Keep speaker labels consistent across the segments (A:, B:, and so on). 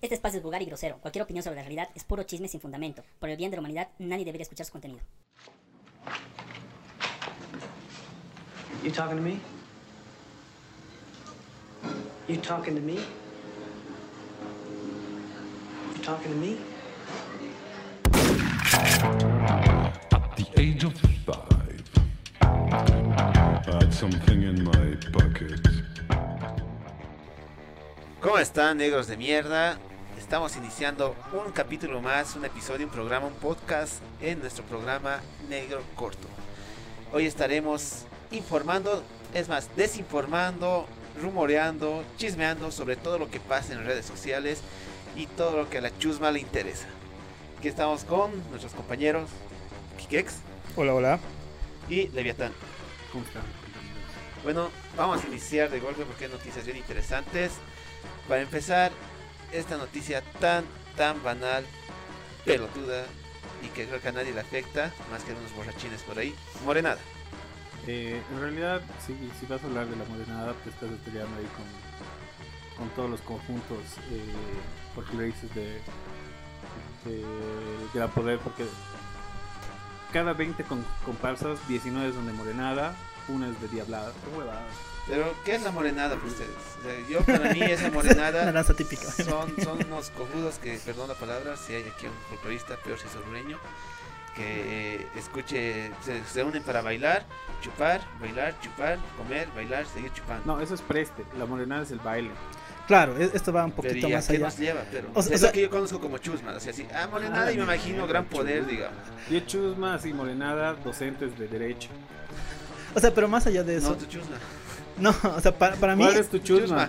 A: Este espacio es vulgar y grosero. Cualquier opinión sobre la realidad es puro chisme sin fundamento. Por el bien de la humanidad, nadie debería escuchar su contenido.
B: You talking to me? You talking to me? You talking to me?
C: At the age of five, I had something in my pocket.
D: ¿Cómo están, negros de mierda? Estamos iniciando un capítulo más, un episodio, un programa, un podcast en nuestro programa Negro Corto. Hoy estaremos informando, es más, desinformando, rumoreando, chismeando sobre todo lo que pasa en redes sociales y todo lo que a la chusma le interesa. Aquí estamos con nuestros compañeros Kikex
E: Hola, hola.
D: y Leviatán. Bueno, vamos a iniciar de golpe porque hay noticias bien interesantes. Para empezar, esta noticia tan, tan banal, pelotuda y que creo que a nadie le afecta, más que a unos borrachines por ahí. Morenada.
F: Eh, en realidad, sí, si vas a hablar de la modernidad, te estás estrellando ahí con, con todos los conjuntos, eh, porque lo dices de, de, de la poder, porque cada 20 con- comparsas, 19 son de morenada, una es de diablada. Qué huevada.
D: Pero, ¿qué es la morenada para ustedes? O sea, yo, para mí, esa morenada
E: Una danza típica.
D: son, son unos cojudos que, perdón la palabra, si hay aquí un folclorista, peor si es hondureño, que eh, escuche, se, se unen para bailar, chupar, bailar, chupar, comer, bailar, seguir chupando.
F: No, eso es preste, la morenada es el baile.
E: Claro, e- esto va un
D: Pero
E: poquito
D: ¿y a
E: más
D: qué
E: allá.
D: nos lleva? Pero,
E: O sea-
D: es
E: o sea-
D: lo que yo conozco como chusma. O sea, sí, ah, morenada y me imagino gran poder, digamos.
F: Yo chusmas y morenada, docentes de derecho.
E: O sea, pero más allá de
D: No,
E: eso.
D: tu chusma.
E: No, o sea, para, para mí.
F: ¿Cuál es tu chusma?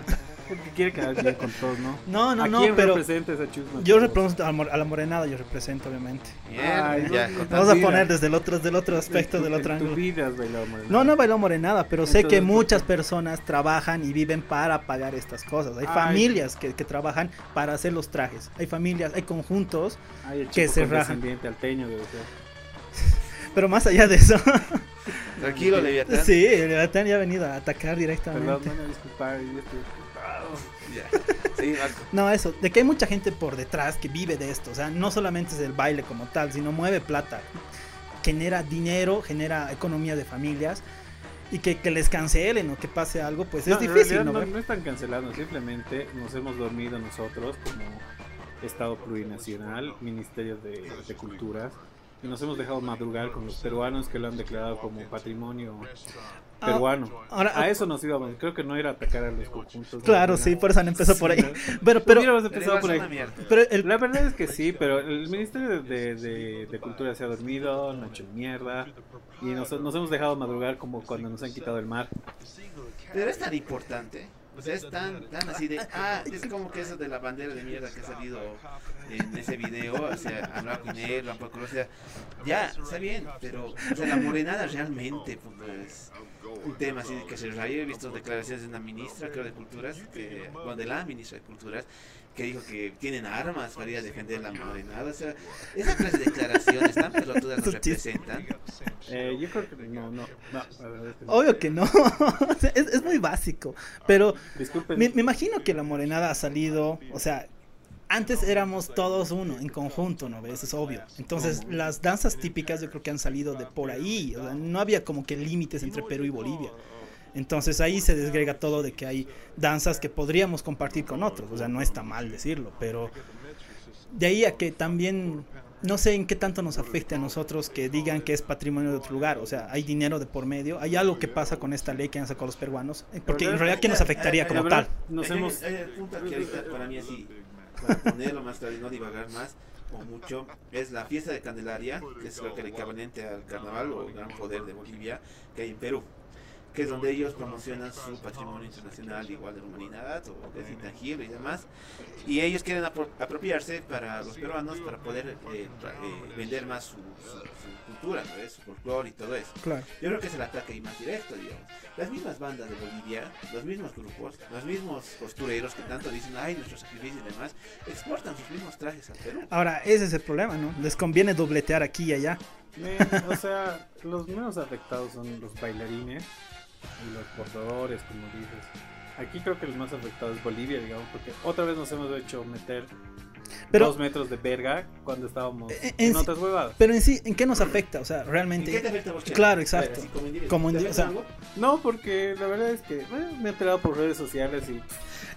D: Chusma.
F: Porque quiere quedar bien con todos, ¿no?
E: No, no,
F: ¿A
E: no,
F: quién
E: pero.
F: representa esa chusma?
E: Yo
F: por favor?
E: represento a, la morenada, yo represento, obviamente.
D: Bien,
F: Ay,
D: ya,
F: no,
D: contamos.
E: Vamos a
F: vida.
E: poner desde el otro, desde el otro aspecto,
F: En Ah, tu-
E: del otro
F: en tu
E: ángulo.
F: vida has bailado morenada.
E: No, no bailó morenada, pero sé
F: Entonces,
E: que
F: ¿por qué?
E: muchas personas trabajan y viven para pagar estas cosas. Hay
F: Ay.
E: familias que, que trabajan para hacer los trajes. Hay familias, hay conjuntos.
F: Ay, el
E: que
F: chico
E: se
F: con
E: raja.
F: descendiente alteño debe ser.
E: Pero más allá de eso,
D: Tranquilo, Leviatán.
E: sí, Leviatán ya ha venido a atacar directamente.
F: Perdón, bueno, disculpar, yo estoy disculpado.
D: Ya. Sí, Marco.
E: No, eso, de que hay mucha gente por detrás que vive de esto, o sea, no solamente es el baile como tal, sino mueve plata, genera dinero, genera economía de familias y que, que les cancelen o que pase algo, pues
F: No,
E: es
F: en
E: difícil,
F: realidad
E: ¿no?
F: no, no están cancelando, simplemente nos hemos dormido nosotros como Estado plurinacional, Ministerio de, de Culturas, y nos hemos dejado madrugar con los peruanos que lo han declarado como patrimonio
E: Ah,
F: peruano.
E: ahora-
F: a eso nos íbamos, creo que no era atacar a los conjuntos.
E: Claro, sí, por eso han empezado por ahí. Pero, pero,
F: Hubiéramos empezado por
D: Una
F: ahí.
D: mierda.
E: pero el,
F: Pues La verdad es que sí, pero el Ministerio de, de- de Cultura se ha dormido, no ha hecho mierda, y nos, nos hemos dejado madrugar como cuando nos han quitado el mar.
D: Pero es tan importante. O sea, es tan, tan así de. Ah, es como que eso de la bandera de mierda que ha salido en ese video. O sea, hablar con él, un poco. O sea, ya, está bien, pero o sea, la morenada realmente puto, es un tema así de que se rayó. He visto declaraciones de una ministra, creo, de Culturas, que, bueno, de la ministra de Culturas, que dijo que tienen armas para ir a defender la morenada. O sea, esa clase de declaraciones tan pelotudas nos
E: Esos chistes.
D: representan.
F: Eh, yo creo que no, no, no, la verdad es que no.
E: obvio que no, O sea, es, es muy básico, pero
F: Disculpen,
E: me, me imagino que la morenada ha salido, o sea, antes éramos todos uno, en conjunto, ¿no ves? Es obvio. Entonces, las danzas típicas yo creo que han salido de por ahí, o sea, no había como que límites entre Perú y Bolivia. Entonces ahí se desgrega todo de que hay danzas que podríamos compartir con otros, o sea, no está mal decirlo, pero de ahí a que también no sé en qué tanto nos afecte a nosotros que digan que es patrimonio de otro lugar, o sea, hay dinero de por medio, hay algo que pasa con esta ley que han sacado los peruanos, eh, porque en realidad que nos afectaría
F: eh, la
E: como
F: verdad,
E: tal.
F: nos
D: Hay-
F: hemos...
D: hay un eh, punto que ahorita para mí así, para ponerlo más claro y no divagar más o mucho, es la fiesta de Candelaria, que es creo que el equivalente al carnaval o gran poder de Bolivia que hay en Perú, que es donde ellos promocionan su patrimonio internacional igual de la humanidad o que es intangible y demás, y ellos quieren apro- apropiarse para los peruanos para poder eh, tra- eh, vender más su, su- su cultura, ¿no ves? su folclore y todo eso.
E: Claro.
D: Yo creo que es el ataque ahí más directo, digamos. Las mismas bandas de Bolivia, los mismos grupos, los mismos costureros que tanto dicen, ay, nuestro sacrificio y demás, exportan sus mismos trajes al Perú.
E: Ahora, ese es el problema, ¿no? Les conviene dobletear aquí y allá.
F: me- o sea, los menos afectados son los bailarines y los portadores, como dices. Aquí creo que el más afectado es Bolivia, digamos, porque otra vez nos hemos hecho meter
E: Pero,
F: dos metros de verga cuando estábamos
E: Eh, eh,
F: en
E: en sí-
F: otras huevadas.
E: pero en sí, ¿en qué nos afecta? O sea,
D: ¿En qué te
E: realmente.
D: afecta a vos, Chema?
E: Claro, exacto.
D: Así como individuo.
E: Como
D: ¿Te
E: individuo,
D: afecta
E: o sea,
D: algo?
F: No, porque la verdad es que eh, me he enterado por redes sociales y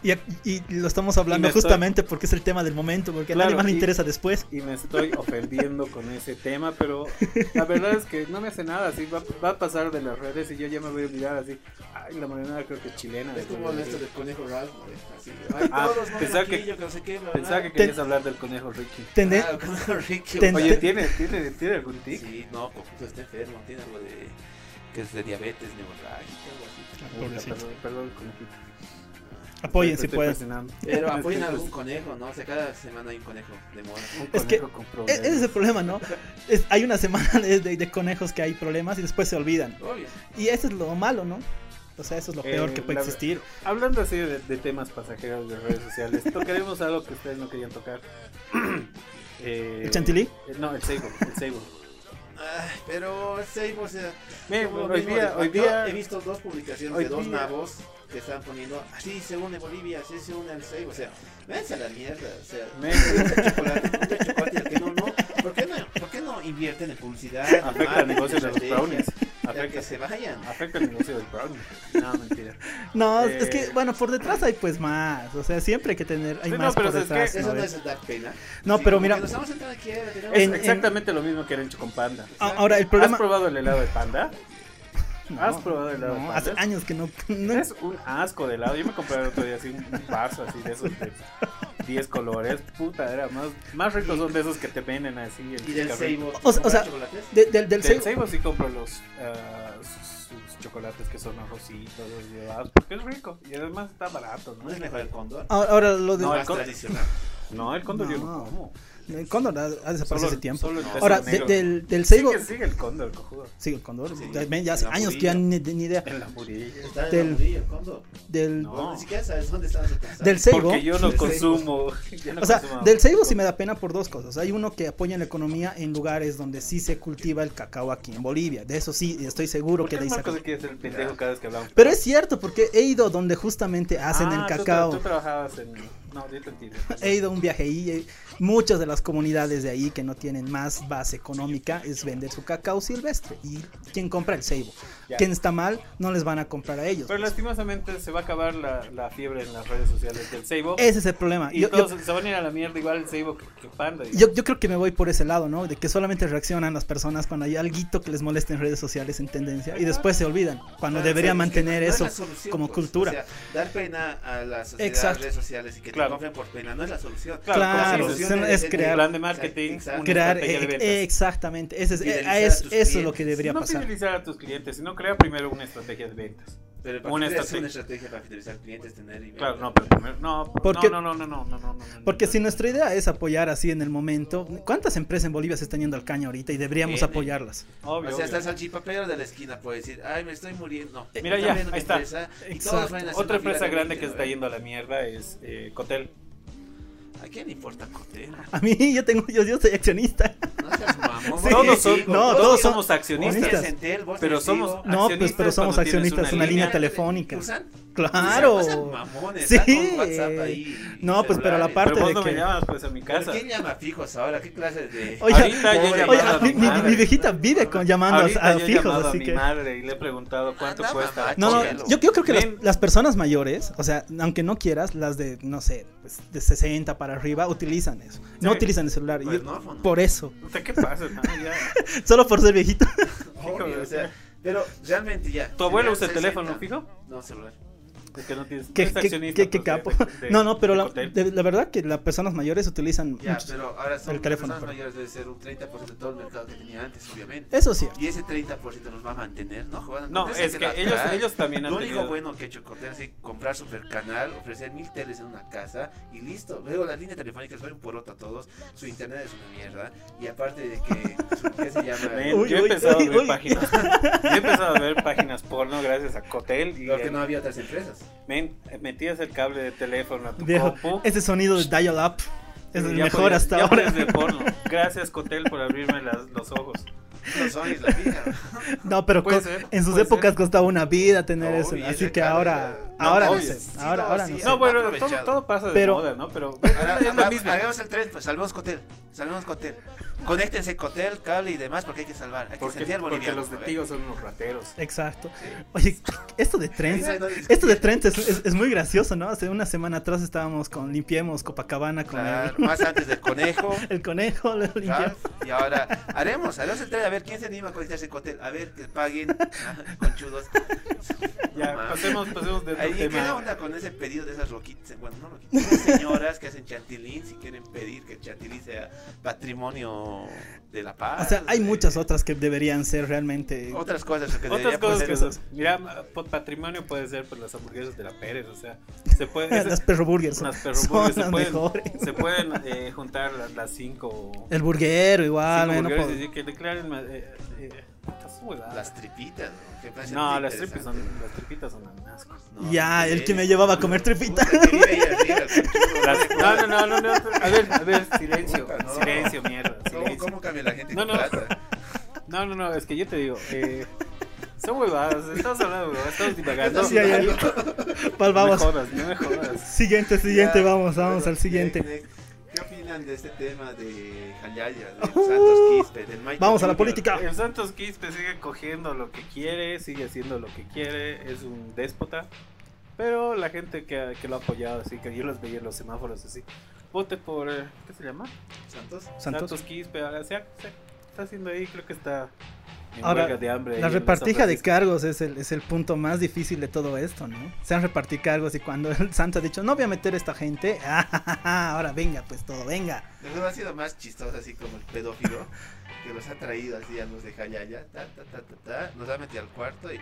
E: Y, y lo estamos hablando
F: Y me
E: justamente porque es el tema del momento, porque a nadie
F: Claro,
E: más le
F: y-
E: interesa después.
F: y me estoy ofendiendo con ese tema, pero la verdad es que no me hace nada, así va, va a pasar de las redes y yo ya me voy a olvidar así, ay, la morenada creo que es chilena.
D: Es como
F: entonces,
D: esto del conejo Ralph, güey, así de, ay,
F: Ah,
D: todos no
F: pensaba
D: aquí,
F: que-
D: yo no sé qué, bla, bla,
F: Pensaba que
D: bla.
F: querías hablar del conejo Ricky.
E: Tende-
D: Ah, el conejo Ricky,
E: Ten-
D: güey.
F: Oye, ¿tiene, tiene, tiene algún tic?
D: Sí, no, Coquito está enfermo, tiene algo de que es de diabetes, neurológica, algo así.
F: Puta,
E: Pobrecito.
F: Perdón, perdón, conejito.
E: Apoyen
F: Te
E: si
F: estoy
E: pueden.
F: presionando.
D: Pero
F: Es que
D: apoyen a
F: pues,
D: algún conejo, ¿no? O sea, cada semana hay un conejo de moda.
F: un
E: Es que-
F: conejo con
E: E- Ese es
F: problemas.
E: el problema, ¿no? Es- hay una semana de, de- de conejos que hay problemas y después se olvidan.
D: Obvio.
E: Y eso es lo malo, ¿no? O sea, eso es lo
F: Eh,
E: peor que puede
F: la-
E: existir.
F: Hablando así de, de temas pasajeros de redes sociales, tocaremos algo que ustedes no querían tocar. Eh,
E: ¿El chantilly?
F: eh, No, el Seibo, el Seibo.
D: Ay, pero Seibo, o sea,
F: Miren,
D: como
F: hoy
D: mismo
F: día,
D: de-
F: hoy
D: yo
F: día,
D: he visto dos publicaciones
F: hoy
D: de dos
F: día-
D: nabos que están poniendo así se une Bolivia, así se une al Seibo, o sea, váyanse a la mierda, o sea,
F: Me-
D: el chocolate, ponte el chocolate, el que no, no. ¿Por qué no, por qué no invierten en publicidad? en
F: afecta el
D: marketing,
F: negocio de los
D: estrategia?
F: brownies.
D: Ya que
F: Afecta,
D: se vayan.
F: afecta el negocio del brownie. No, mentira.
E: No,
F: eh,
E: es que, bueno, por detrás hay pues más. O sea, siempre hay que tener. Hay
F: Sí, no,
E: más
F: pero
E: por
F: ¿sabes qué?
E: detrás.
D: Eso
E: ¿no
D: no
E: ves?
D: es dar pena.
E: No, pero
D: como
E: mira-
D: que Nos estamos entrando aquí, a tener-
F: Es
E: En- en-
F: exactamente lo mismo que era el chocompanda.
E: A- Ahora, el problema.
F: ¿Has probado el helado de panda?
E: No,
F: ¿Has probado el helado de
E: no,
F: panda?
E: hace años que no. no-
F: Es un asco de helado. Yo me compré el otro día así un vaso así de esos de 10 colores. Puta, era más, más ricos son de esos que te venden así. en
D: Y del
F: Chicharrón.
D: Seibo.
E: O- o sea,
D: chocolates?
E: de- del, del
F: Del
E: Seibo-
F: Seibo sí compro los ah, sus, sus chocolates que son rositos, los llevados, porque es rico y además está barato,
D: ¿No
F: ¿no?
D: es mejor el cóndor?
E: Ahora, ahora lo de.
F: No,
D: No,
F: el
D: más
F: cóndor-
D: tradicional.
F: No, el cóndor yo
E: No.
F: no como.
E: El cóndor ha, ha desaparecido hace tiempo.
F: solo el queso
E: Ahora, de-
F: negro.
E: del, del Seibo.
F: Sigue, sigue el cóndor, cojudo.
E: Sí, el cóndor.
D: Sí.
E: ya- ven, ya hace
D: La
E: años que ya ni, ni idea.
F: En la murilla.
D: Está en
E: Del-
D: el Murillo, el cóndor.
E: Del,
F: No.
D: Vos Ni siquiera sabes dónde están los alcanzados.
E: del Seibo.
F: Porque yo no
D: Del Seibo.
F: consumo. yo no
E: O sea,
F: consumo-
E: del Seibo sí me da pena por dos cosas. Hay uno que apoya la economía en lugares donde sí se cultiva el cacao aquí en Bolivia. De eso sí, estoy seguro
F: ¿Por
E: que
F: qué
E: de ahí
F: Marco
E: saca-
F: se quiere hacer el pendejo cada vez que hablamos?
E: Pero es cierto, porque he ido donde justamente hacen
F: Ah,
E: el
F: tú tra-
E: cacao.
F: Tú, trabajabas en. No, yo te entiendo.
E: He ido a un viaje ahí. eh, Muchas de las comunidades de ahí que no tienen más base económica es vender su cacao silvestre. Y quien compra el Seibo.
F: Ya.
E: Quien está mal, no les van a comprar a ellos.
F: Pero lastimosamente se va a acabar la, la fiebre en las redes sociales del Seibo.
E: Ese es el problema.
F: y
E: Yo- yo-
F: todos se van a ir a la mierda igual el Seibo que, que Panda. digamos.
E: Yo, yo creo que me voy por ese lado, ¿no? De que solamente reaccionan las personas cuando hay algo que les molesta en redes sociales en tendencia y después se olvidan, cuando
D: Ah,
E: debería
D: sí,
E: mantener
D: es que no
E: eso
D: es la solución,
E: como
D: pues.
E: cultura.
D: O sea, dar pena a la sociedad,
E: Exacto.
D: redes sociales y que
F: Claro.
D: te compren por pena no es la solución.
E: Claro,
F: como
E: o
F: dices,
E: sea, no es
F: el
E: crear-
F: plan de marketing,
D: Exacto.
F: una
E: crear
F: estrategia de
E: eh,
F: ventas.
E: exactamente, ese es, eh,
D: Fidelizar
E: es-
D: a tus
E: eso es lo que
D: clientes.
E: debería
F: no
E: pasar.
F: fidelizar a tus clientes, sino crea primero una estrategia de ventas.
D: Pero para
F: Una
D: una, estrategia.
F: estrategia.
D: una estrategia para fidelizar clientes, tener y
F: Claro,
D: vender.
F: no, pero primero. No,
E: Porque-
F: no, no, no, no, no, no, no, no,
E: Porque
F: no,
E: si
F: no.
E: nuestra idea es apoyar así en el momento, ¿cuántas empresas en Bolivia se están yendo al caño ahorita y deberíamos
D: Tiene.
E: apoyarlas?
F: Obvio,
D: o sea, hasta
F: obvio.
D: el salchipapero de la esquina puede decir, ay, me estoy muriendo.
E: Eh,
F: mira
D: Está
F: ya,
D: abriendo mi
F: ahí está.
D: empresa y todos van
E: Exacto.
D: a hacer
F: Otra
D: una fila
F: empresa
D: de
F: grande
D: 20,
F: que se está
D: ¿verdad?
F: yendo a la mierda es eh, Cotel.
D: ¿eh? ¿A quién le importa Cotel?
E: A mí yo tengo yo, yo soy accionista.
D: No seas mamón.
E: Sí.
F: Todos, son- todos
E: No, todos son-
F: somos
D: Vos
F: accionistas.
E: Accionistas.
D: tienes Entel, vos
F: Pero
D: tienes
F: somos
D: Tigo.
E: No, pues, pero
F: accionistas
E: somos
F: cuando tienes
E: accionistas, una línea
D: Imagínate,
E: telefónica.
D: usan-
E: Claro.
D: usan- usan mamones, están con
E: Sí.
D: WhatsApp ahí,
E: No, pues, pero la
D: celulares.
E: parte-
F: Pero vos
E: de
F: no me
E: que-
F: llamas pues a mi
D: ¿Pero
F: casa.
D: ¿Quién llama fijos ahora? ¿Qué clase de.? Ah,
E: Oye,
F: Ahorita yo he
E: oye,
F: llamado a
E: mi,
F: mi
E: mi- mi
F: madre.
E: viejita vive con llamando
F: Ahorita
E: a, a
F: yo he
E: fijos,
F: llamado a
E: así
F: mi
E: que...
F: madre y le he preguntado cuánto
D: Anda,
F: cuesta.
D: mamá,
E: No, no,
D: Chelo.
E: yo, yo creo que las,
F: Ven.
E: las personas mayores, o sea, aunque no quieras, las de, no sé, pues, de 60 para arriba, utilizan eso. No
F: Sí.
E: utilizan el celular. y
D: Pues
E: yo-
D: no, pues no.
E: Por eso.
F: Puta, ¿Qué pasa? hermano? Ya.
E: Solo por ser viejito.
D: Obvio, o sea, pero realmente ya.
F: ¿Tu abuelo usa
D: Tenían
F: el teléfono
D: 60.
F: fijo?
D: No, celular.
F: Es que no tienes.
E: ¿Qué,
F: eres
E: qué-
F: accionista,
E: qué- qué
F: pues,
E: capo.
F: de- de-
E: no, no, pero
F: de
E: la,
F: Cotel.
E: de- la verdad que las personas mayores utilizan...
D: Ya,
E: mucho.
D: pero ahora son
E: El teléfono,
D: personas
E: perdón.
D: mayores, debe ser un 30% de todo el mercado que tenía antes, obviamente.
E: Eso sí.
D: Y ese 30% nos va a mantener, ¿no? Jodan,
F: No,
D: contéstensela
F: es que
D: atrás.
F: ellos, ellos también han
D: Lo único
F: tenido.
D: bueno que ha hecho Cortés es comprar super canal, ofrecer mil teles en una casa y listo. Luego las líneas telefónicas fueron por otra a todos, su internet es una mierda. Y aparte de que, su- ¿qué se
F: Ven,
D: llama?
E: Uy,
F: yo he
E: uy,
F: empezado
E: uy,
F: a ver
E: uy.
F: páginas. Yo he empezado a ver páginas porno gracias a Cotel. Y
D: Lo que no había otras empresas.
F: men, metías el cable de teléfono a tu
E: Viejo,
F: compu.
E: ese sonido de dial-up es
F: y
E: el
F: ya
E: mejor
F: podías-
E: hasta
F: ya
E: ahora.
F: podías ver porno. Gracias, Cotel, por abrirme las- los ojos.
D: Los Sony la vida. ¿no?
E: No, pero
F: Puede
E: co-
F: ser,
E: en sus
F: puede
E: épocas costaba una vida tener
D: No,
E: eso.
D: y
E: Así
D: ese
E: que
D: carro
E: ahora,
D: era-
E: ahora
D: No,
E: no
D: sí,
E: sé.
D: sí,
E: Ahora,
D: no,
E: ahora
D: sí,
E: no sé.
F: No, bueno, todo,
D: Aprovechado.
F: todo pasa de
E: Pero-
F: moda, ¿no? Pero
D: Ahora,
F: es lo
D: ahora,
F: mismo.
D: Hagamos el tren, pues salvemos Cotel. Salvemos Cotel. Conéctense Cotel, cable y demás porque hay que salvar. Hay que
F: Porque,
D: sentir ¿eh?
F: porque
D: boliviano.
F: los de Tigo son unos rateros.
E: Exacto. Oye, esto de trends,
D: Eso no es-
E: esto de trends es, es- es muy gracioso, ¿no? Hace una semana atrás estábamos con Limpiemos Copacabana con el-
D: Claro, más antes del conejo.
E: el, conejo, lo
D: Ralph,
E: limpiamos.
D: Y ahora haremos, haremos el tren a ver quién se anima a conectarse con Cotel. A ver que paguen ah, con chudos.
F: Ya,
D: mames.
F: pasemos, pasemos de otro
D: Ahí, ¿qué
F: tema.
D: onda con ese pedido de esas roquitas? Bueno, no roquitas, esas señoras que hacen chantilín si quieren pedir que el chantilín sea patrimonio de la paz.
E: O sea, hay
D: de-
E: muchas otras que deberían ser realmente.
D: Otras cosas que
F: Otras
D: debería
F: cosas
D: poner-
F: que
E: ponernos-
F: son. Mira, por patrimonio puede ser por las hamburguesas de la Pérez, o sea, se puede. ese-
E: Las perro burgers son,
F: unas perro burgers,
E: son las
F: se pueden,
E: mejores.
F: se pueden eh, juntar las, las cinco.
E: El burguero igual,
F: cinco
E: Ah, bueno, pues.
F: burgers
E: po-
F: y decir que declaren. eh, eh, putas huevadas.
D: Las tripitas. ¿no? Que parecen
F: no,
D: muy
F: las tripas
D: interesantes.
F: son, las tripitas son un asco.
D: No,
E: Ya,
D: no
E: el
D: sé.
E: que me llevaba a comer tripita.
D: Puta, que vive ahí arriba, con chudos.
F: Las- no, no, no, no, no, a ver, a ver, silencio,
D: Puta, no.
F: silencio, mierda,
D: ¿Cómo,
F: silencio.
D: cómo cambia la gente?
F: No,
D: No,
F: no. No, no, no, es que yo te digo, eh, son huevadas, estamos hablando, de huevadas, estamos divagando.
E: Sí, ya, ya. Pal,
F: No me
E: pues, vamos.
F: jodas, no me jodas.
E: Siguiente, siguiente, vamos, vamos al siguiente.
D: ¿Qué opinan de este tema de Jalaya, de
E: Uh,
D: Santos Quispe, del Michael
E: Vamos a la
D: Junior?
E: política.
F: El Santos Quispe sigue cogiendo lo que quiere, sigue haciendo lo que quiere, es un déspota. Pero la gente que, que lo ha apoyado, así que yo los veía en los semáforos así. Vote por. eh, ¿Qué se llama?
D: ¿Santos?
E: Santos.
F: Quispe. ahora se, ha- se está haciendo ahí, creo que está. En
E: Ahora,
F: huelga de hambre.
E: La
F: ahí en
E: repartija de
F: San eh, Francisco.
E: cargos es el, es el punto más difícil de todo esto, ¿no? Se han repartido cargos y cuando el santo ha dicho, no voy a meter a esta gente, ahora venga, pues todo, venga.
D: Eso ha sido más chistoso, así como el pedófilo, que los ha traído así a los de Jalaya, ta, ta, ta, ta, ta, los ha metido al cuarto y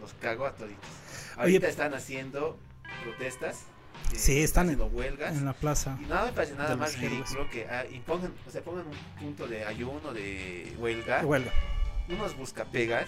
D: los cago a toditos. Ahorita están haciendo protestas, eh,
E: Sí, están en-
D: haciendo huelgas.
E: En la plaza.
D: Y nada me parece nada
E: de
D: más
E: los héroes.
D: ridículo que ah, y pongan, o sea, pongan un punto de ayuno, de huelga,
E: Huelga.
D: unos buscapegas,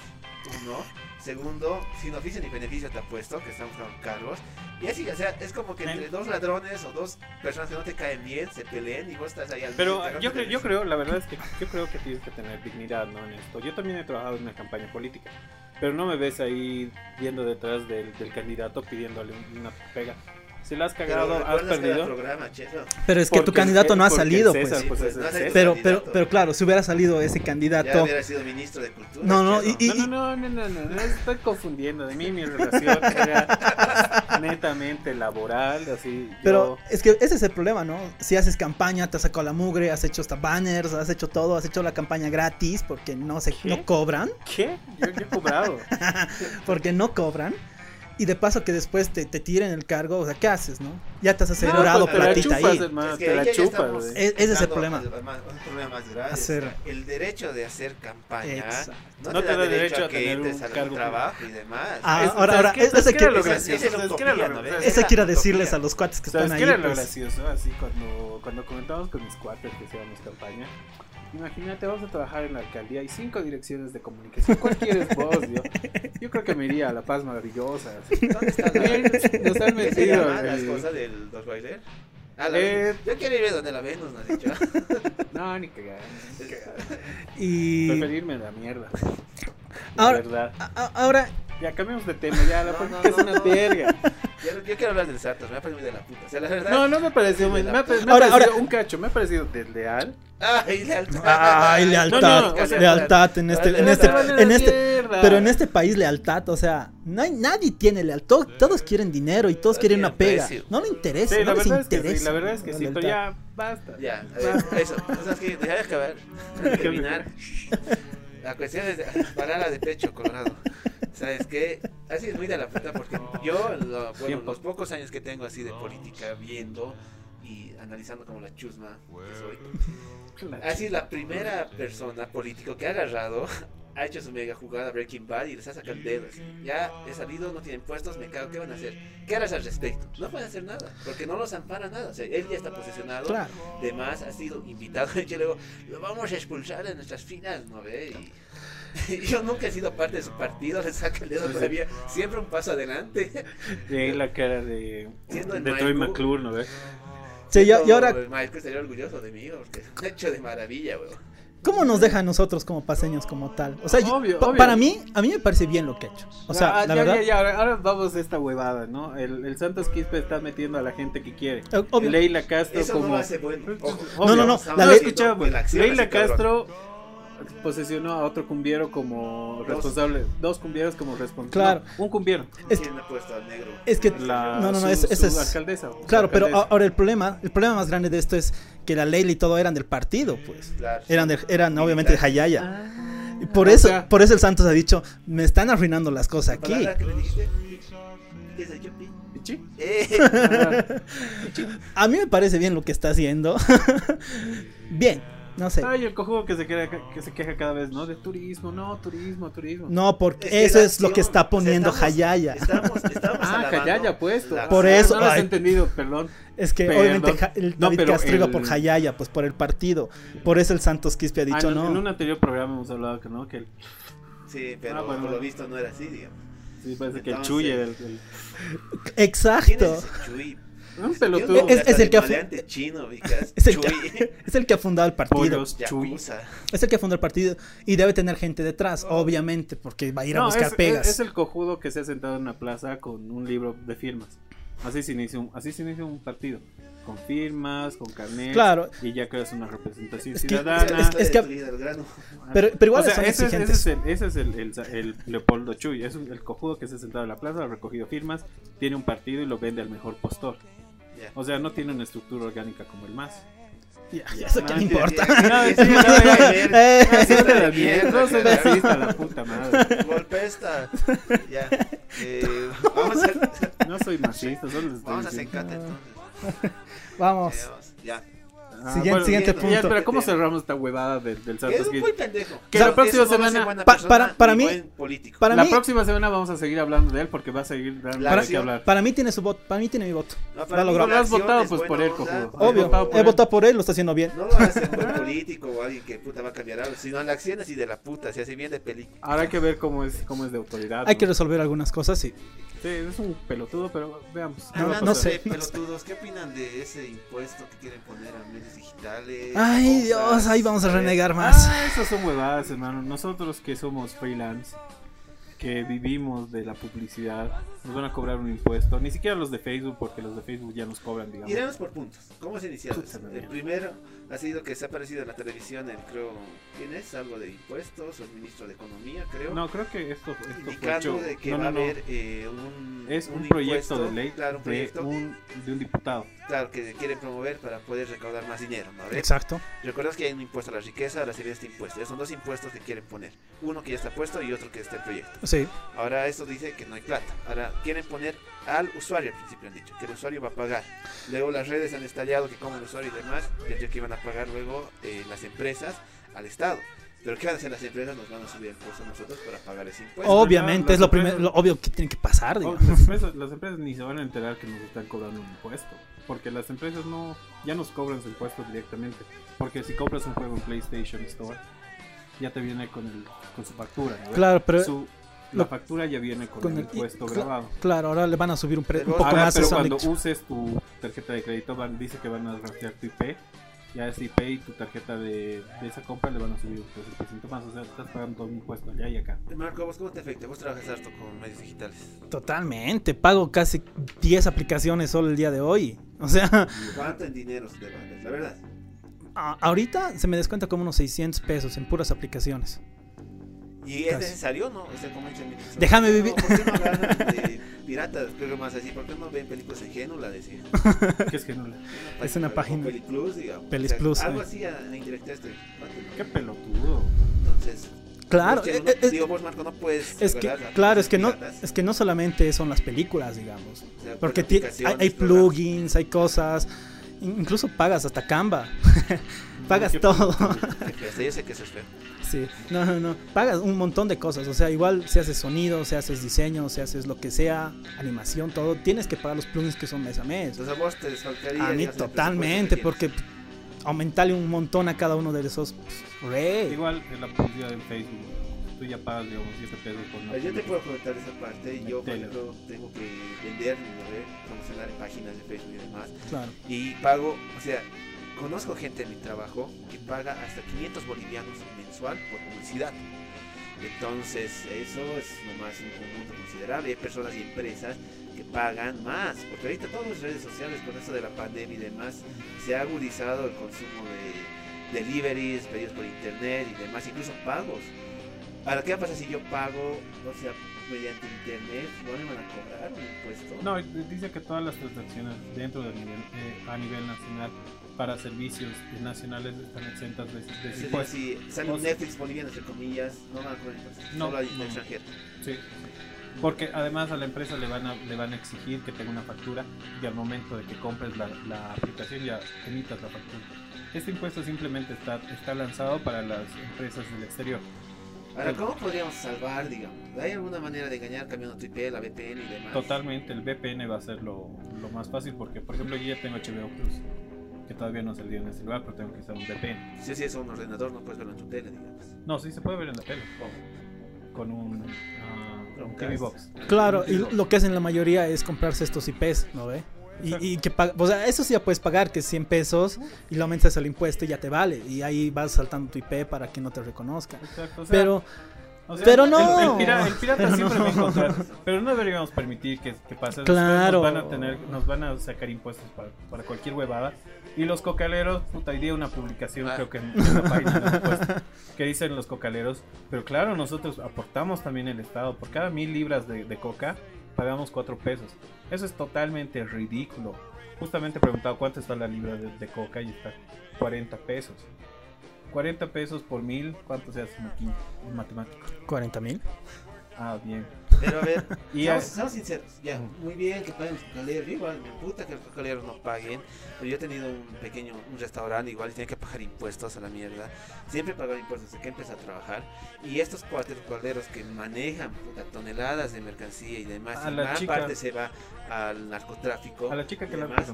D: uno. Segundo, sin oficio ni beneficio te apuesto, que están con cargos. Y así, o sea, es como que entre
F: Eh.
D: dos ladrones o dos personas que no te caen bien se peleen y vos estás ahí al
F: Pero
D: medio,
F: ah,
D: te
F: yo
D: agarras
F: creo,
D: de
F: yo
D: risa.
F: creo, la verdad es que yo creo que tienes que tener dignidad, ¿no? En esto. Yo también he trabajado en una campaña política, pero no me ves ahí viendo detrás del, del candidato pidiéndole un- una pega. Si la has
D: Pero
F: cagado, has
D: recuerdas cada
F: perdido.
D: programa, che, no.
E: Pero es que tu
F: Porque-
E: candidato no ha
F: porque el
E: salido,
F: César,
E: pues.
D: Sí, pues,
F: es
D: no
F: el
D: hace
F: César.
E: Pero, pero,
D: candidato.
E: pero claro, si hubiera salido ese
D: Ya
E: candidato,
D: hubiera sido ministro de cultura.
E: No, no,
D: che,
E: y-
F: No, no, no, no, no, no, no, estoy confundiendo. De mí mi relación era netamente laboral, así. yo-
E: Pero es que ese es el problema, ¿no? Si haces campaña, te has sacado la mugre, has hecho hasta banners, has hecho todo, has hecho la campaña gratis porque no se
F: ¿Qué?
E: no cobran,
F: ¿Qué? Yo, yo he cobrado.
E: porque no cobran. Y de paso que después te, te tiren el cargo, o sea, ¿qué haces, no? Ya te has asegurado
F: No, pues, te
E: platita
F: la chupas,
E: ahí.
F: hermano,
D: Es que
F: te
D: ahí
F: la
D: ya
F: chupas.
D: estamos
F: güey.
E: E- ese es el
D: entrando
E: problema.
D: al- al más- un problema más grave.
E: Hacer-
D: El derecho de hacer campaña
E: Exacto.
D: no, te, da derecho, a que
F: tener
D: entres
F: un
D: al
F: cargo
D: trabajo y demás.
E: Ah,
F: Es-
E: ahora,
F: ¿sabes
E: ahora,
F: qué?
E: eso
F: ¿Sabes qué era lo
D: Esa-
E: quiero,
D: esa
F: gracioso?
D: es la
F: ¿Sabes qué era
D: utopía,
F: lo-
D: ¿no ¿eh?
F: sabes
D: ves?
F: qué-
E: eso quiero
D: Utopía.
E: decirles a los cuates que
F: ¿Sabes
E: están
F: qué
E: ahí.
F: era lo
E: pues,
F: gracioso? Así cuando, cuando comentábamos con mis cuates que hacíamos campaña. Imagínate, vamos a trabajar en la alcaldía, hay cinco direcciones de comunicación. ¿Cuál quieres vos? Yo, yo creo que me iría a La Paz Maravillosa. así.
D: ¿Dónde está la-
F: Bien, Nos han
D: ¿Qué se
F: metido.
D: llama las
F: el-
D: cosas del Dosweiler? Ah, la
F: Eh,
D: Venus. Yo quiero ir donde la Venus nos ha dicho.
F: No, ni cagar. ni cagar.
E: Y
F: Preferirme a la mierda. La
E: Ahora-
F: verdad.
E: a- a- ahora,
F: Ya cambiamos de tema, ya. La
D: No,
F: política
D: no,
F: es
D: no,
F: una
D: no.
F: verga.
D: Yo, yo quiero hablar del Santos, me ha parecido de la puta. O sea, la verdad.
F: No, no me pareció. Me, me ha, me ha
E: Ahora,
F: parecido
E: ahora.
F: un cacho, me ha parecido desleal.
D: Ay, lealtad.
E: ay, lealtad,
F: no, o sea,
E: lealtad en este, en
F: Me
E: este,
F: vale la
E: en este,
F: mierda.
E: Pero en este país lealtad, o sea, no hay- nadie tiene lealtad, todos quieren dinero y todos quieren una pega.
D: precio.
E: No le interesa,
F: Sí,
E: no
F: la
E: les
F: verdad es que
E: interesa.
F: sí, la verdad es que
E: la
F: sí, pero
E: lealtad.
F: ya basta.
D: Ya, a ver, eso. O sea, es que dejar de acabar. Terminar. La cuestión es parada de pecho colorado. ¿Sabes qué? Así es muy de la puta porque yo, lo- bueno,
F: Tiempo.
D: los pocos años que tengo así de política viendo y analizando como la chusma que soy, Así, la primera persona político que ha agarrado ha hecho su mega jugada Breaking Bad y les ha sacado el dedo. así. Ya he salido, no tienen puestos, me cago, ¿qué van a hacer? ¿Qué harás al respecto? No pueden hacer nada, porque no los ampara nada. O sea, él ya está posesionado,
E: Claro.
D: además ha sido invitado. Y yo luego, lo vamos a expulsar de nuestras filas, ¿no ve? Y, y yo nunca he sido parte de su partido, le saca el dedo todavía, siempre un paso adelante.
F: Y ahí la cara de,
D: Siendo el
F: de Troy
D: Michael.
F: McClure, ¿no ves?
E: Sí, y- y ahora
D: Michael estaría orgulloso de mí, porque es un hecho de maravilla, weón.
E: ¿Cómo nos deja a nosotros como paseños como tal? O sea, yo-
F: Obvio,
E: pa-
F: obvio.
E: para mí, a mí me parece bien lo que ha hecho. O sea,
F: Ah,
E: la
F: ya,
E: verdad,
F: ya, ya, ahora, ahora vamos a esta huevada, ¿no? El, el Santos Quispe está metiendo a la gente que quiere.
E: eh, obvio.
F: Leila Castro
D: Eso
F: como...
D: no lo hace bueno.
E: No, no,
D: Estamos
F: La
E: no, la ley-
D: hablando
F: escuchaba,
D: de la acción,
F: Leila
D: así, cabrón.
F: Castro posesionó a otro cumbiero como responsable. Dos cumbieros como responsable.
E: Claro.
F: un cumbiero.
E: Es-
D: ¿Quién ha puesto al negro?
E: Es que
F: La,
E: no, no, no,
F: su-
E: es- esa
F: su
E: es-
F: alcaldesa. su
E: Claro, pero
F: alcaldesa.
E: a- ahora el problema, el problema más grande de esto es que la ley y todo eran del partido, pues.
D: Claro.
E: Eran, de- eran obviamente de Hayaya. Y por
F: Ah. o
E: eso,
F: sea-
E: por eso el Santos ha dicho, me están arruinando las cosas
D: La
E: aquí.
D: palabra que le dijiste, ¿qué es el yuppie?
F: Pichi.
D: Eh,
F: Ah,
E: A mí me parece bien lo que está haciendo. bien, no sé.
F: Ay, el cojudo que se, queja, que se queja cada vez, ¿no? De turismo, no, turismo, turismo.
E: No, porque
D: que
E: eso
D: la
E: es lo que
D: acción, o
E: está
D: sea,
E: poniendo
D: estamos-
E: Hayaya.
D: Estamos, estamos
F: Ah,
D: alabando
F: Callaya, puesto.
D: la
E: Por
F: Ah,
E: eso,
F: No lo has
E: ay.
F: entendido, perdón.
E: Es que
F: Perdón.
E: obviamente Ja- el
F: No,
E: David
F: pero
E: Castro iba
F: el-
E: por Hayaya, pues por el partido. Por eso el Santos Quispe ha dicho
F: Ah, no,
E: no.
F: En un anterior programa hemos hablado que no, que el,
D: Sí, pero
F: Ah, bueno.
D: por lo visto no era así, digamos.
F: sí, parece que el
D: Entonces-
F: Chuye, el, el-
D: ¿Quién
E: Exacto.
D: es ese Chuy?
F: un
D: Yo
F: pelotudo.
D: no,
E: Es-
D: hasta
E: es el que ha-
D: maleante chino, ubicas.
E: Es el
D: Chuy.
E: que, es el que ha fundado el partido.
F: Pollos, Chuy.
D: Yakuza.
E: Es el que fundó el partido y debe tener gente detrás, obviamente, porque va a ir a
F: No,
E: buscar
F: es,
E: pegas.
F: es- es el cojudo que se ha sentado en una plaza con un libro de firmas. Así se inicia un, así se inicia un partido. Con firmas, con carnet.
E: Claro.
F: Y ya creas una representación
E: Es que-
F: ciudadana.
E: es- es que-
D: Destruida al grano.
E: Pero, pero igual
F: O sea,
E: son
F: ese, es-
E: exigentes.
F: ese es el, ese es el, el- el Leopoldo Chuy. Es un- el cojudo que se ha sentado en la plaza, ha recogido firmas, tiene un partido y lo vende al mejor postor.
D: Ya.
F: O sea, no tiene una estructura orgánica como el MAS.
E: Ya, ¿Eso qué
F: Ah,
E: le
F: sí,
E: importa?
F: No,
D: Sí,
F: eso
D: sí,
F: ya
D: sí,
F: no
D: sí,
F: es-
E: Eh,
D: sí, sí,
F: Siéntate a la
D: sí,
F: mierda,
D: mierda,
F: no se
D: carajo.
F: racista, la puta madre.
D: Golpesta. Ya. Eh, vamos a,
F: No soy machista, solo les estoy
D: vamos a
F: diciendo.
D: Sencata entonces.
E: Vamos.
D: Eh, vamos, Ya.
F: Ah,
E: Siguiente- siguiente
F: ya,
E: punto.
F: pero ¿cómo cerramos esta huevada del, del Santos
D: Es un
F: Gate?
D: buen pendejo.
F: Que
D: O sea,
F: la próxima
D: eso no lo hace
F: semana-
D: buena
E: pa-
D: persona
E: para- para
D: ni
E: mí-
D: buen político.
E: Para
F: la
E: mí,
F: próxima semana vamos a seguir hablando de él porque va a seguir dando
D: Para-
F: de qué hablar.
E: para mí tiene su voto, para mí tiene mi voto.
D: No,
E: Va a
D: para mí
E: lograr.
D: la
F: Lo has
D: acción
F: votado,
D: es
F: pues, por
D: buena
F: él,
D: onda.
F: cojudo.
E: Obvio,
F: votado por
E: he
F: él.
E: votado por él, lo está haciendo bien.
D: No lo hace un
F: Ah.
D: buen político o alguien que puta va a cambiar algo, sino la acción así de la puta, se hace bien de película.
F: Ahora hay que ver cómo es, cómo es de autoridad.
E: Hay
F: ¿no?
E: que resolver algunas cosas, sí.
F: Sí, es un pelotudo, pero veamos.
E: Ah, No,
F: va a
D: Hablando
E: no
F: pasar.
E: sé,
D: de
E: no
D: pelotudos, ¿qué opinan de ese impuesto que quieren poner a medios digitales?
E: Ay,
D: Compras,
E: Dios, ahí vamos a
D: ¿sabes?
E: renegar más.
F: Ah, esas son huevadas, hermano. Nosotros que somos freelance, que vivimos de la publicidad, nos van a cobrar un impuesto. Ni siquiera los de Facebook, porque los de Facebook ya nos cobran, digamos.
D: Iremos por puntos. ¿Cómo se iniciado
F: Puta
D: esto?
F: madre.
D: El primero ha sido que se ha aparecido en la televisión el creo, ¿quién es? Algo de impuestos, el ministro de economía, creo.
F: No, creo que esto, esto fue
D: indicando
F: hecho.
D: de que
F: No,
D: va
F: no, no.
D: a haber eh, un
F: Es un,
D: impuesto,
F: proyecto de ley
D: claro, un
F: de,
D: proyecto
F: un, de un diputado.
D: claro, que quieren promover para poder recaudar más dinero, ¿no? ¿Ve?
E: Exacto.
D: Recuerdas que hay un impuesto a la riqueza, ahora sería este impuesto. Son dos impuestos que quieren poner. Uno que ya está puesto y otro que está en proyecto.
E: Sí.
D: Ahora esto dice que no hay plata. Ahora quieren poner al usuario al principio han dicho, que el usuario va a pagar. Luego las redes han estallado que como el usuario y demás, pensé que iban a pagar luego eh, las empresas al Estado. Pero ¿qué van a hacer las empresas? Nos van a subir el costo a nosotros para pagar ese impuesto.
E: Obviamente,
F: las
E: es lo
F: empresas-
E: primero, lo obvio que tiene que pasar,
F: Oh,
E: digamos.
F: las, empresas, las empresas ni se van a enterar que nos están cobrando un impuesto. Porque las empresas no ya nos cobran su impuesto directamente. Porque si compras un juego en PlayStation Store, ya te viene con, el, con su factura. ¿no?
E: Claro, pero
F: Su-
E: lo-
F: la factura ya viene con,
E: con
F: el,
E: el-
F: impuesto
E: cla-
F: grabado.
E: claro, ahora le van a subir un, pre- un
D: Pero-
E: poco
F: Ahora,
E: más.
F: pero
E: eso han
F: cuando
E: dicho.
F: uses tu tarjeta de crédito, van, dice que van a rastrear tu IP. Ya es IP y tu tarjeta de, de esa compra le van a subir pues, el porcentaje más. O sea, estás pagando todo un impuesto allá y acá.
D: Eh, Marco, ¿vos cómo te afecta? Vos trabajas harto con medios digitales.
E: Totalmente, pago casi 10 aplicaciones solo el día de hoy. O sea,
D: ¿Cuánto en dinero se te va? La verdad.
E: a- ahorita se me descuenta como unos 600 pesos en puras aplicaciones.
D: ¿Y es
E: Casi.
D: necesario no? O sea, como dice el ministro.
E: Déjame
D: No,
E: vivir.
D: ¿Por qué no hablan de piratas? Creo más así. ¿Por qué no ven películas en Génula? Decir.
F: Que es que no le-
E: Es una página.
D: Peliclus, digamos.
E: Pelis Plus,
D: Algo
E: eh.
D: así a- a indirecta este. cuate, ¿no?
F: Qué pelotudo.
D: Entonces.
E: Claro,
D: vos Pues que
E: eh,
D: no-
E: eh, es,
D: digo, vos, Marco, no puedes.
E: es que,
D: ¿verdad? Las
E: claro,
D: películas
E: es que no,
D: piratas,
E: es que no solamente son las películas, digamos,
D: o sea, con
E: porque ti- hay,
D: aplicaciones,
E: hay
D: programas.
E: plugins, hay cosas, in- incluso pagas hasta Canva, pagas
F: Qué
E: todo,
D: Que Hasta yo sé que eso es este. feo.
E: sí, no, no, no, pagas un montón de cosas, o sea, igual si haces sonido, si haces diseño, si haces lo que sea, animación, todo, tienes que pagar los plugins que son mes a mes,
D: Entonces a vos te desfalcaría.
E: a mí
D: digamos, el
E: totalmente,
D: presupuesto
E: porque pff, aumentarle un montón a cada uno de esos, pues, pff, re,
F: Igual en la publicidad en Facebook, tú ya pagas, digamos, 7 pesos por
D: que
F: una
D: tienes. Yo te puedo
F: publicidad.
D: comentar esa parte. Yo, por
F: Metele.
D: ejemplo, tengo que vender, ¿no? promocionar en páginas de Facebook y demás.
E: claro,
D: y pago, o sea, Conozco gente en mi trabajo que paga hasta 500 bolivianos mensual por publicidad. Entonces, eso es nomás un conjunto considerable. Hay personas y empresas que pagan más, porque ahorita todas las redes sociales, con eso de la pandemia y demás, se ha agudizado el consumo de deliveries, pedidos por internet y demás, incluso pagos. Ahora, ¿qué pasa si yo pago, o sea, mediante internet? ¿No me van a cobrar un impuesto?
F: No, dice que todas las transacciones dentro del nivel, eh, a nivel nacional para servicios nacionales están exentas de, de
D: Es decir,
F: impuestos.
D: si sale un
F: pues-
D: Netflix boliviano, entre comillas, no van a cobrar impuestos,
F: No,
D: solo hay
F: no.
D: extranjero.
F: Sí. Porque además a la empresa le van a, le van a exigir que tenga una factura y al momento de que compres la, la aplicación ya emitas la factura. Este impuesto simplemente está, está lanzado para las empresas del exterior.
D: Ahora, ¿cómo podríamos salvar, digamos? ¿Hay alguna manera de engañar cambiando tu IP, la VPN y demás?
F: Totalmente, el VPN va a ser lo, lo más fácil porque, por ejemplo, yo ya tengo HBO Plus, que todavía no ha salido en este lugar, pero tengo que usar un VPN.
D: Si así es un ordenador, no puedes verlo en tu tele, digamos.
F: No, sí se puede ver en la tele. Con un, ah, un TV Box.
E: Claro, y lo que hacen la mayoría es comprarse estos IPs, ¿no ve? Y, y que pag- o sea, eso sí ya puedes pagar, que es 100 pesos, y lo aumentas el impuesto y ya te vale. Y ahí vas saltando tu IP para que no te reconozcan.
F: Exacto, o sea,
E: Pero,
F: O sea,
E: Pero
F: el-
E: no.
F: El, pira- el pirata
E: Pero
F: siempre
E: no.
F: va a encontrar. Pero no deberíamos permitir que, que pase. Después
E: Claro.
F: Nos van, a tener, nos van a sacar impuestos para, para cualquier huevada. Y los cocaleros, puta, idea una publicación,
D: Ah.
F: creo que en, en la página de impuestos, que dicen los cocaleros. Pero claro, nosotros aportamos también el Estado. Por cada mil libras de, de coca, pagamos cuatro pesos. Eso es totalmente ridículo. Justamente he preguntado cuánto está la libra de, de coca y está 40 pesos. 40 pesos por mil, ¿cuánto se hace un quinto? Un matemático.
E: 40 mil.
F: Ah, bien.
D: Pero a ver,
F: Y
D: seamos,
F: es-
D: seamos sinceros, ya, muy bien que paguen los cocaleros, igual me puta que los cocaleros no paguen, pero yo he tenido un pequeño, un restaurante igual y tiene que pagar impuestos a la mierda, siempre pagar impuestos desde que empecé a trabajar, y estos cuates cocaleros que manejan puta, toneladas de mercancía y demás,
F: A
D: y
F: la
D: gran
F: chica.
D: parte se va al narcotráfico,
F: A la chica que
D: y
F: le han
D: demás.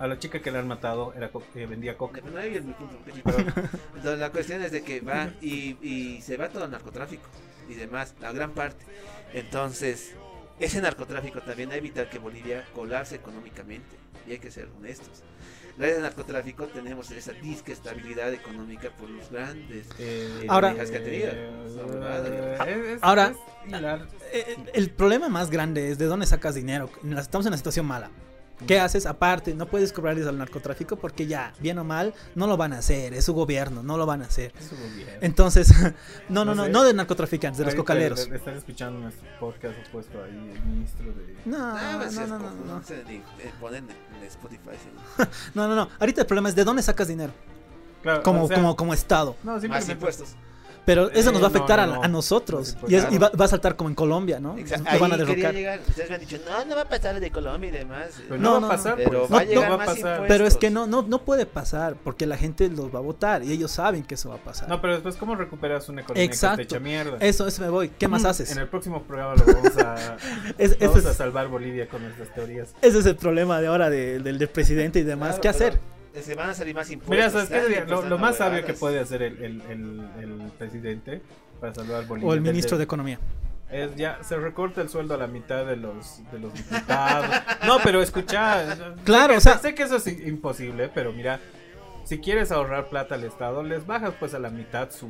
F: A la chica que le han matado era co- eh, vendía coca.
D: No, no había mi punto, perdón. Entonces, la cuestión es de que va y, y se va todo el narcotráfico y demás, la gran parte. Entonces, ese narcotráfico también va a evitar que Bolivia colapse económicamente. Y hay que ser honestos. Gracias al narcotráfico tenemos esa disque estabilidad económica por los grandes.
F: Eh,
E: Ahora-
F: eh,
D: Hijas que tenía.
F: eh, es- es-
E: Ahora-
F: es hilar.
E: Eh, El problema más grande es de dónde sacas dinero. En la- Estamos en una situación mala. ¿Qué haces? Aparte, no puedes cobrarles al narcotráfico porque ya, bien o mal, no lo van a hacer. Es su gobierno, no lo van a hacer.
F: Es su gobierno.
E: Entonces, no, no,
F: No
E: no,
F: sé.
E: no de narcotraficantes, de los
F: Ahorita
E: cocaleros.
F: le- le Estás escuchando nuestro podcast opuesto ahí, el ministro de.
E: No,
D: Ah,
E: no,
D: pues,
E: no,
D: es
E: no,
D: como-
E: no, no.
D: sé, ni- eh, ponen en Spotify. sí.
E: No, no, no. Ahorita el problema es de dónde sacas dinero.
F: Claro,
E: Como,
F: o sea,
E: como, como Estado.
F: No,
D: Más
F: simplemente.
D: impuestos.
E: Pero eso
F: Eh,
E: nos va a
F: no,
E: afectar
F: no,
E: a la-
F: no.
E: a, nosotros.
F: Nos
E: y, es- y va,
F: importa.
E: va a saltar como en Colombia, ¿no?
D: Exacto,
E: Lo van a
D: ahí quería
E: derrocar.
D: llegar. Ustedes me han dicho, no, no va a pasar de Colombia y demás.
F: pero
E: No,
F: no,
E: no,
F: va a pasar.
D: pero
F: pues,
D: va a
F: no
D: llegar
F: va a
D: más
F: pasar.
D: impuestos.
E: Pero es que no, no, no puede pasar porque la gente los va a votar y ellos saben que eso va a pasar.
F: No, pero después, ¿cómo recuperas una economía
E: Exacto.
F: que está hecha mierda?
E: Eso, eso me voy. ¿Qué más
F: Mm,
E: haces?
F: En el próximo programa lo vamos a,
E: Es- ese,
F: vamos a
E: es,
F: salvar Bolivia con nuestras teorías.
E: ese es el problema de ahora de- del, del presidente y demás. ¿Qué
D: Claro, pero
E: hacer?
D: Se van a salir más impuestos.
F: Mira, ¿sabes qué?
D: ¿sabes?
F: Lo- Lo,
D: Empezando
F: más sabio que
D: huevadas.
F: puede hacer el, el- el- el presidente para salvar Bolivia
E: O el ministro de Economía.
F: es ya se recorta el sueldo a la mitad de los de los diputados. No, pero escucha,
E: Claro,
F: sé,
E: o sea-
F: sé que eso es i- imposible, pero mira, si quieres ahorrar plata al Estado, les bajas pues a la mitad su,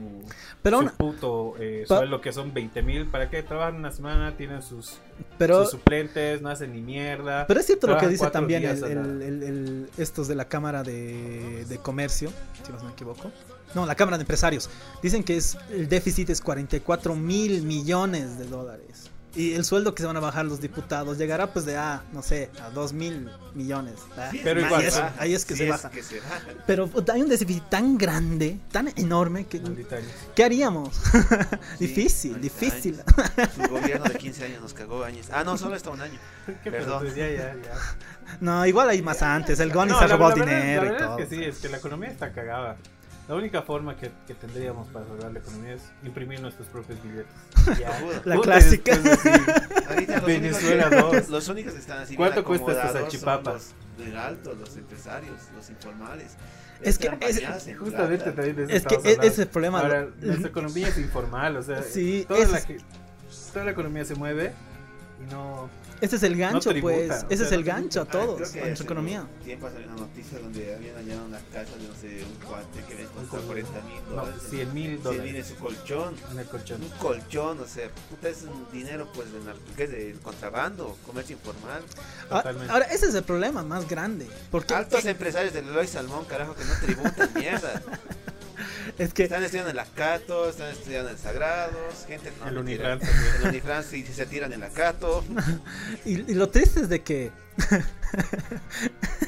E: Pero,
F: su
E: aún-
F: puto eh,
E: pa-
F: sueldo que son 20 mil para que trabajan una semana, tienen sus,
E: pero,
F: sus suplentes, no hacen ni mierda.
E: pero es cierto lo que
F: trabajan
E: dice
F: cuatro
E: también
F: días
E: el-
F: a la-
E: el- el- el- estos de la Cámara de, de Comercio, si más no me equivoco. No, la Cámara de Empresarios. Dicen que es el déficit es 44 mil millones de dólares. Y el sueldo que se van a bajar los diputados llegará pues de a, no sé, a 2 mil millones. Ah,
F: Pero
E: ahí
F: igual,
E: es-
F: baja.
E: ahí es que
D: Sí
E: se baja.
D: que se baja.
E: Pero puta, hay un déficit tan grande, tan enorme, que
F: Maldita años.
E: ¿qué haríamos?
D: Sí,
E: difícil,
D: ahorita
E: difícil.
D: años. Su gobierno de 15 años nos cagó años. Ah, no, solo está un año.
F: Qué
D: Perdón.
F: pelotudos, ya, ya, ya.
E: No, igual hay más antes. El Goni
F: No,
E: se ha
F: la-
E: robado
F: la verdad-
E: dinero
F: la
E: y
F: verdad
E: todo.
F: Es que sí, es que la economía está cagada. La única forma que, que tendríamos para salvar la economía es imprimir nuestros propios billetes. Ya.
D: Joder.
E: La
F: Puta,
E: clásica.
F: después decir,
D: Ahorita los
F: Venezuela
D: únicos que-
F: dos.
D: Los únicos que están así. bien
F: ¿Cuánto cuesta esta
D: acomodados son
F: salchipapa?
D: Los del alto, los empresarios, los informales.
E: Es que es-
F: Justamente también de eso
E: Es que
F: estamos
E: e- ese
F: hablando.
E: es el problema.
F: Ahora, nuestra economía es informal, o sea,
E: Sí,
F: toda,
E: ese
F: la
E: es-
F: que- toda la economía se mueve y no,
E: Este es el gancho,
F: tributa,
E: pues.
F: o sea,
E: Ese es
F: no
E: el
F: tributa. Ah,
E: gancho a
D: Ah, Creo
E: todos,
D: que
E: en
D: hace
E: su economía. Ah,
D: Tiempo salió una noticia donde habían hallado una casa de no sé, un cuate que había costado
F: colchón.
D: 40 mil
F: No,
D: dólares. 100
F: 100 mil
D: mil
F: dólares
D: en su colchón.
F: en el colchón.
D: Un colchón, o sea, puta, es un dinero pues de, nar- ¿qué es? de contrabando, comercio informal.
E: Ah,
F: Totalmente.
E: Ahora, ese es el problema más grande. Porque
D: Altos empresarios del Eloy Salmón, carajo, que no tributan mierda.
E: es que
D: Están estudiando en la Cato, están estudiando en Sagrados, gente no,
F: El
D: mentira.
F: Unifran también.
D: El Unifran sí se tiran en la Cato.
E: Y, y lo triste es de que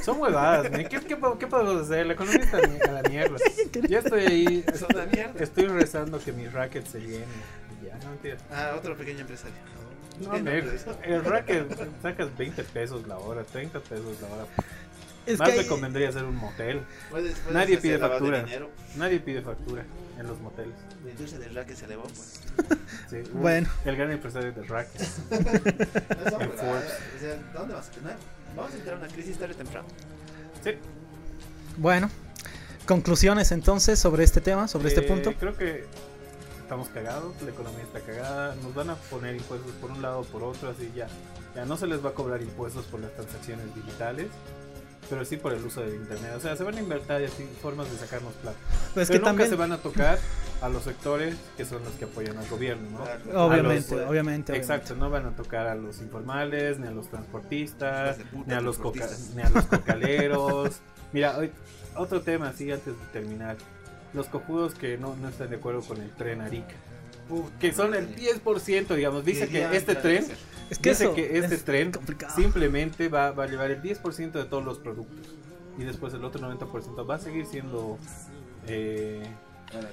F: Son huevadas, men. ¿Qué, qué, po- qué podemos hacer? La economía está mi- a la mierda. Yo estoy ahí.
D: Son una mierda.
F: Estoy rezando que mi racket se llene. y Ya, no mentira.
D: Ah, otro pequeño empresario.
F: No,
D: Eh,
F: men,
D: pues,
F: el racket sacas 20 pesos la hora, 30 pesos la hora.
E: es
F: Más
E: que
F: te
E: ahí-
F: convendría hacer un motel.
D: puedes- puedes
F: Nadie
D: hacer
F: pide
D: lavado de
F: factura.
D: dinero.
F: Nadie pide factura en los moteles.
D: La industria del racket se elevó, pues.
F: Sí, un-
E: Bueno.
F: El gran empresario del racket.
D: No son
F: En
D: huevadas,
F: Forbes.
D: O sea, ¿dónde vas a tener? Vamos a entrar en una crisis tarde o temprano.
F: Sí.
E: Bueno, conclusiones entonces sobre este tema, sobre este
F: Eh,
E: punto.
F: Creo que estamos cagados, la economía está cagada, nos van a poner impuestos por un lado, por otro, así ya. Ya no se les va a cobrar impuestos por las transacciones digitales, pero sí por el uso de internet. O sea, se van a inventar y así formas de sacarnos plata. pero
E: Pues que
F: nunca
E: también,
F: se van a tocar a los sectores que son los que apoyan al gobierno, ¿no?
E: obviamente,
F: a
E: obviamente, obviamente.
F: Exacto, no van a tocar a los informales, ni a los transportistas,
D: Hijos de puta,
F: ni a los, coca-
D: transportistas.
F: ni a los cocaleros. Mira, hoy- otro tema así antes de terminar. Los cojudos que no, no están de acuerdo con el tren Arica. Que son el 10%, digamos. Dice que este tren,
E: Es que
F: dice
E: eso
F: que este
E: es
F: tren
E: complicado.
F: simplemente va, va a llevar el 10% de todos los productos. Y después el otro 90% va a seguir siendo eh,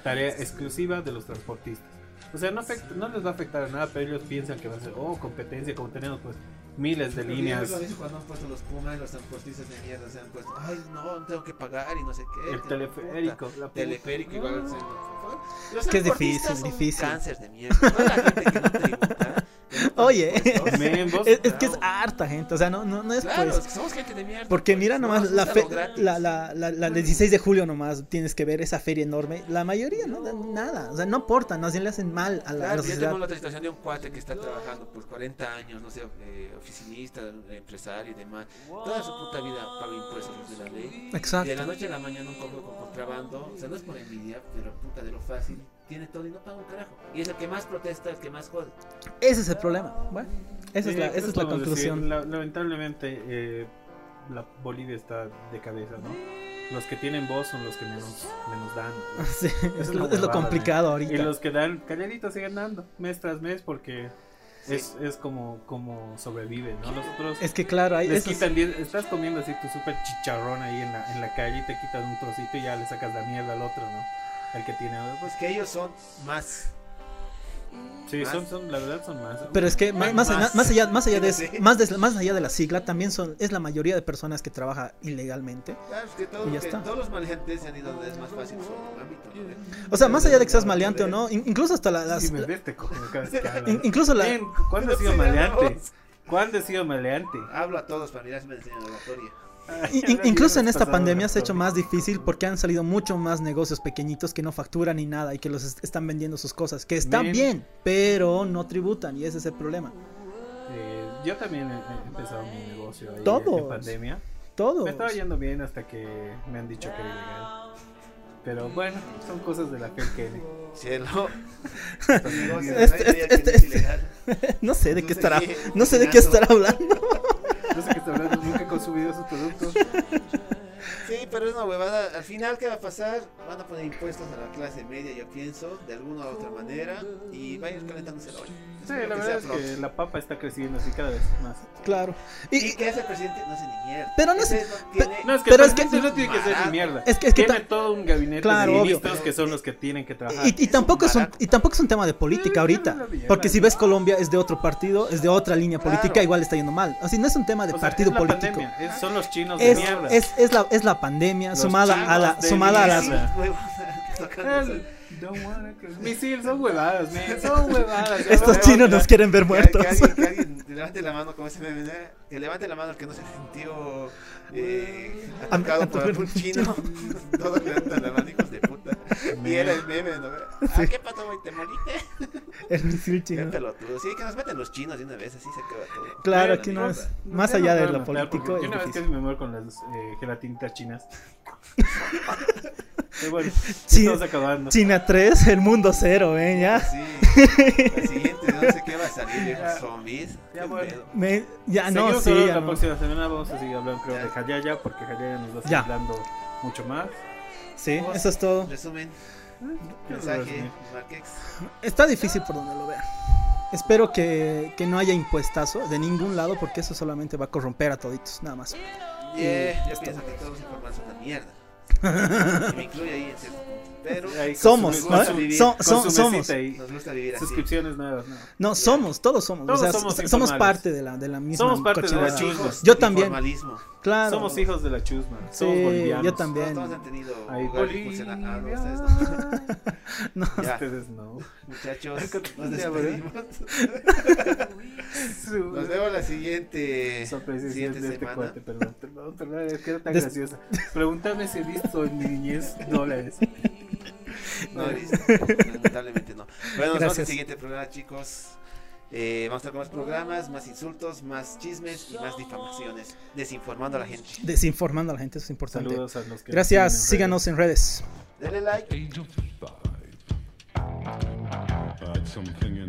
F: tarea exclusiva de los transportistas. O sea, no, afecta- no les va a afectar a nada, pero ellos piensan que va a ser, oh, competencia, como tenemos pues miles de líneas,
D: Cuando han puesto los Pumas, los transportistas de mierda se han puesto, ay, no, tengo que pagar y no sé qué.
F: el
D: que
F: teleférico, la
D: puta. Teleférico igual. se- Los
E: que es
D: transportistas
E: difícil,
D: son un
E: difícil.
D: Cáncer de mierda. Toda la gente que no tributa. que no paga
E: Oye.
D: impuestos.
F: Men, vos-
E: Es, es que es harta gente, o sea, no, no, no es
D: Claro, es
E: pues.
D: que somos gente de mierda.
E: Porque
D: pues.
E: mira
D: No,
E: nomás,
D: nos
E: la,
D: gusta
E: fe-
D: lo gratis.
E: la, la, la, la del 16 de julio nomás tienes que ver esa feria enorme. La mayoría no dan nada, o sea, no aportan, más bien le hacen mal a la, a la
D: Claro, yo
E: sociedad.
D: tengo la otra situación de un cuate que está trabajando por 40 años, no sé, eh, oficinista, empresario y demás. Toda su puta vida paga impuestos de la ley. Y de
E: Exacto.
D: la noche a la mañana un cobro con contrabando. O sea, no es por envidia, pero puta de lo fácil. Tiene todo y no paga un carajo. Y es el que más protesta, el que más jode.
E: Ese es el problema. Bueno, esa es
F: Sí,
E: la,
F: ¿qué
E: esa es la
F: podemos decir?
E: conclusión.
F: La- lamentablemente, eh, la Bolivia está de cabeza, ¿no? Los que tienen voz son los que menos, menos dan. ¿no?
E: Sí, es,
F: es
E: lo,
F: la
E: es lo
F: huevada,
E: complicado ahorita.
F: Y los que dan calladitos siguen dando, mes tras mes, porque es, es como, como sobreviven, ¿no? Nosotros
E: Es que claro, hay
F: Les
E: esos-
F: quitan diez- estás comiendo así tu super chicharrón ahí en la, en la calle y te quitan un trocito y ya le sacas la mierda al otro, ¿no? Al que tiene.
D: Pues que ellos son más.
F: Sí,
D: Más.
F: son, son, la verdad son más.
E: Pero es que ma-
D: Hay
E: más, allá-
D: más.
E: más allá, más allá de
D: Sí.
E: más, de- más allá de la sigla, también son es la mayoría de personas que trabaja ilegalmente.
D: Claro, es que, todo-
E: Y ya
D: que
E: está.
D: todos los maleantes se han ido donde es más fácil su ámbito. ¿no?
E: O sea, más allá de que seas maleante o no, in- incluso hasta la- las,
F: Sí, me ves, te cojo cada vez que hablas.
E: in- incluso la
F: Ven, ¿Cuándo he sido
D: Sí,
F: maleante?
D: hablamos.
F: ¿Cuándo he sido maleante?
D: Hablo a todos para mirar si me enseñan oratoria.
E: in- in- incluso en esta pandemia se ha hecho más difícil porque han salido mucho más negocios pequeñitos que no facturan ni nada y que los est- están vendiendo sus cosas, que están
F: Men.
E: bien, pero no tributan y ese es el problema.
F: Eh, yo también he, he empezado mi negocio ahí
E: Todos.
F: en pandemia.
E: Todo.
F: Me estaba yendo bien hasta que me han dicho que era ilegal. Pero bueno, son cosas de la que
D: Cielo.
E: Este- este- este- No sé de
D: No
E: qué
D: sé
E: estará,
D: qué-
E: no sé de qué
D: Ignacio.
E: estará hablando.
F: No sé qué está hablando, nunca he consumido esos productos.
D: Sí, pero es una huevada. Al final, ¿qué va a pasar? Van a poner impuestos a la clase media, yo pienso, de alguna u otra manera, y va a ir calentándose la olla.
F: Sí,
D: Espero
F: la
D: sea
F: verdad es
D: pronto.
F: que la papa está creciendo así cada vez más.
E: Claro. Y-
D: ¿Y qué hace el presidente? No hace ni mierda.
E: Pero no sé-
D: Ese tiene-
F: No, es que
E: Pero
F: el
E: es que-
F: presidente no tiene que
D: Ah,
F: ser ni mierda.
E: Es que- es que
F: tiene
E: ta-
F: todo un gabinete
E: Claro,
F: de
E: obvio.
F: ministros que son los que tienen que trabajar.
E: Y, y
D: es un
E: tampoco es un,
D: barato.
E: y tampoco es un tema de
F: Eh,
E: política ahorita. Porque si ves Colombia es de otro partido, es de otra línea política,
D: Claro.
E: igual le está yendo mal. Así no es un tema de
F: O sea,
E: partido
F: es la
E: político.
F: pandemia, es- son los chinos de
E: Es,
F: mierda.
E: es, es la, es la pandemia
F: Los
E: sumada a la
F: chinos de
E: sumada a
F: mierda.
E: las
D: Sí, huevada, que tocan eso.
F: El- don't wanna que- Misil, son huevadas, men, son huevadas. ya
E: estos
F: lo-
E: chinos nos quieren ver
D: Que-
E: muertos.
D: Que, alguien, que alguien levante la mano, como ese meme, ¿no? que levante la mano el que no se sintió eh,
E: Am-
D: atacado por
E: atacado
D: algún
E: por un
D: chino. Todos levantan la mano, hijos de puta. Y era el meme, ¿no? ¿A qué pato, güey? ¿Te moriste?
E: El misil
D: Qué
E: chino.
D: pelotudo. Sí, que nos meten los chinos de una vez, así se acaba todo.
E: Claro,
F: Bueno,
E: aquí
F: no,
E: no es.
F: no,
E: Más
F: ya no
E: allá de
F: van a
E: lo
F: pelear, porque
E: político,
F: Yo
E: es
F: una vez casi
E: difícil.
F: me muero con las eh, gelatinitas chinas. Pero bueno,
E: Chi-
F: estamos acabando.
E: China 3, el mundo cero, ¿eh? Ya.
D: Pues Sí. La siguiente, no sé qué va a salir, viejos zombies.
F: Ya,
D: Qué
F: bueno.
D: pedo.
E: Me- ya no,
F: Seguimos
E: sí,
F: hablando
E: ya
F: la
E: no.
F: próxima semana vamos a seguir hablando creo
D: Ya.
F: de Hayaya porque Hayaya nos va a
E: Ya.
F: seguir hablando mucho más.
E: Sí, eso es todo.
D: Resumen,
F: Quiero
D: mensaje,
F: resumir.
D: Marquex.
E: Está difícil por donde lo vean. Espero que, que no haya impuestazo de ningún lado porque eso solamente va a corromper a toditos, nada más.
D: Yeah, yo pienso que todos los informales son una mierda. Y me incluyo ahí en cierto punto. Pero
F: Ahí con
E: Somos,
F: su-
E: ¿no?
F: con su vivir,
E: So-
F: con
E: so-
F: su
E: somos.
F: mesita y
D: nos gusta vivir así.
F: Suscripciones nuevas, ¿no?
E: No, somos, todos somos.
F: Todos
E: o sea,
F: somos
E: so- somos
F: informales.
E: parte de la, de la misma
F: Somos parte de la
E: cochinada.
F: chusma.
E: Yo también.
D: Formalismo.
E: Claro.
F: Somos hijos de la chusma,
E: Sí,
F: somos bolivianos.
E: yo también.
D: Todos han tenido
F: Ahí
D: hogar
F: Bolivia.
D: disfuncional. Ah, no, ustedes no.
E: No.
D: Ya,
F: Ustedes no.
D: muchachos, nos
F: Ya, bueno.
D: despedimos. Nos vemos la siguiente,
F: Sorpresa de
D: siguiente
F: este
D: semana.
F: cuate, perdón, perdón, perdón, es que era tan
E: Des-
F: graciosa. Pregúntame si he visto en mi niñez dólares.
D: No, listo. lamentablemente no. Bueno, nos vemos en el
E: Gracias.
D: siguiente programa, chicos. Eh, vamos a estar con más programas, más insultos, más chismes y más difamaciones, desinformando a la gente.
E: Desinformando a la gente, eso es importante.
F: Saludos a los que nos siguen en
E: Gracias,
F: redes.
E: síganos en redes.
D: Denle like.
C: age of five. I had something in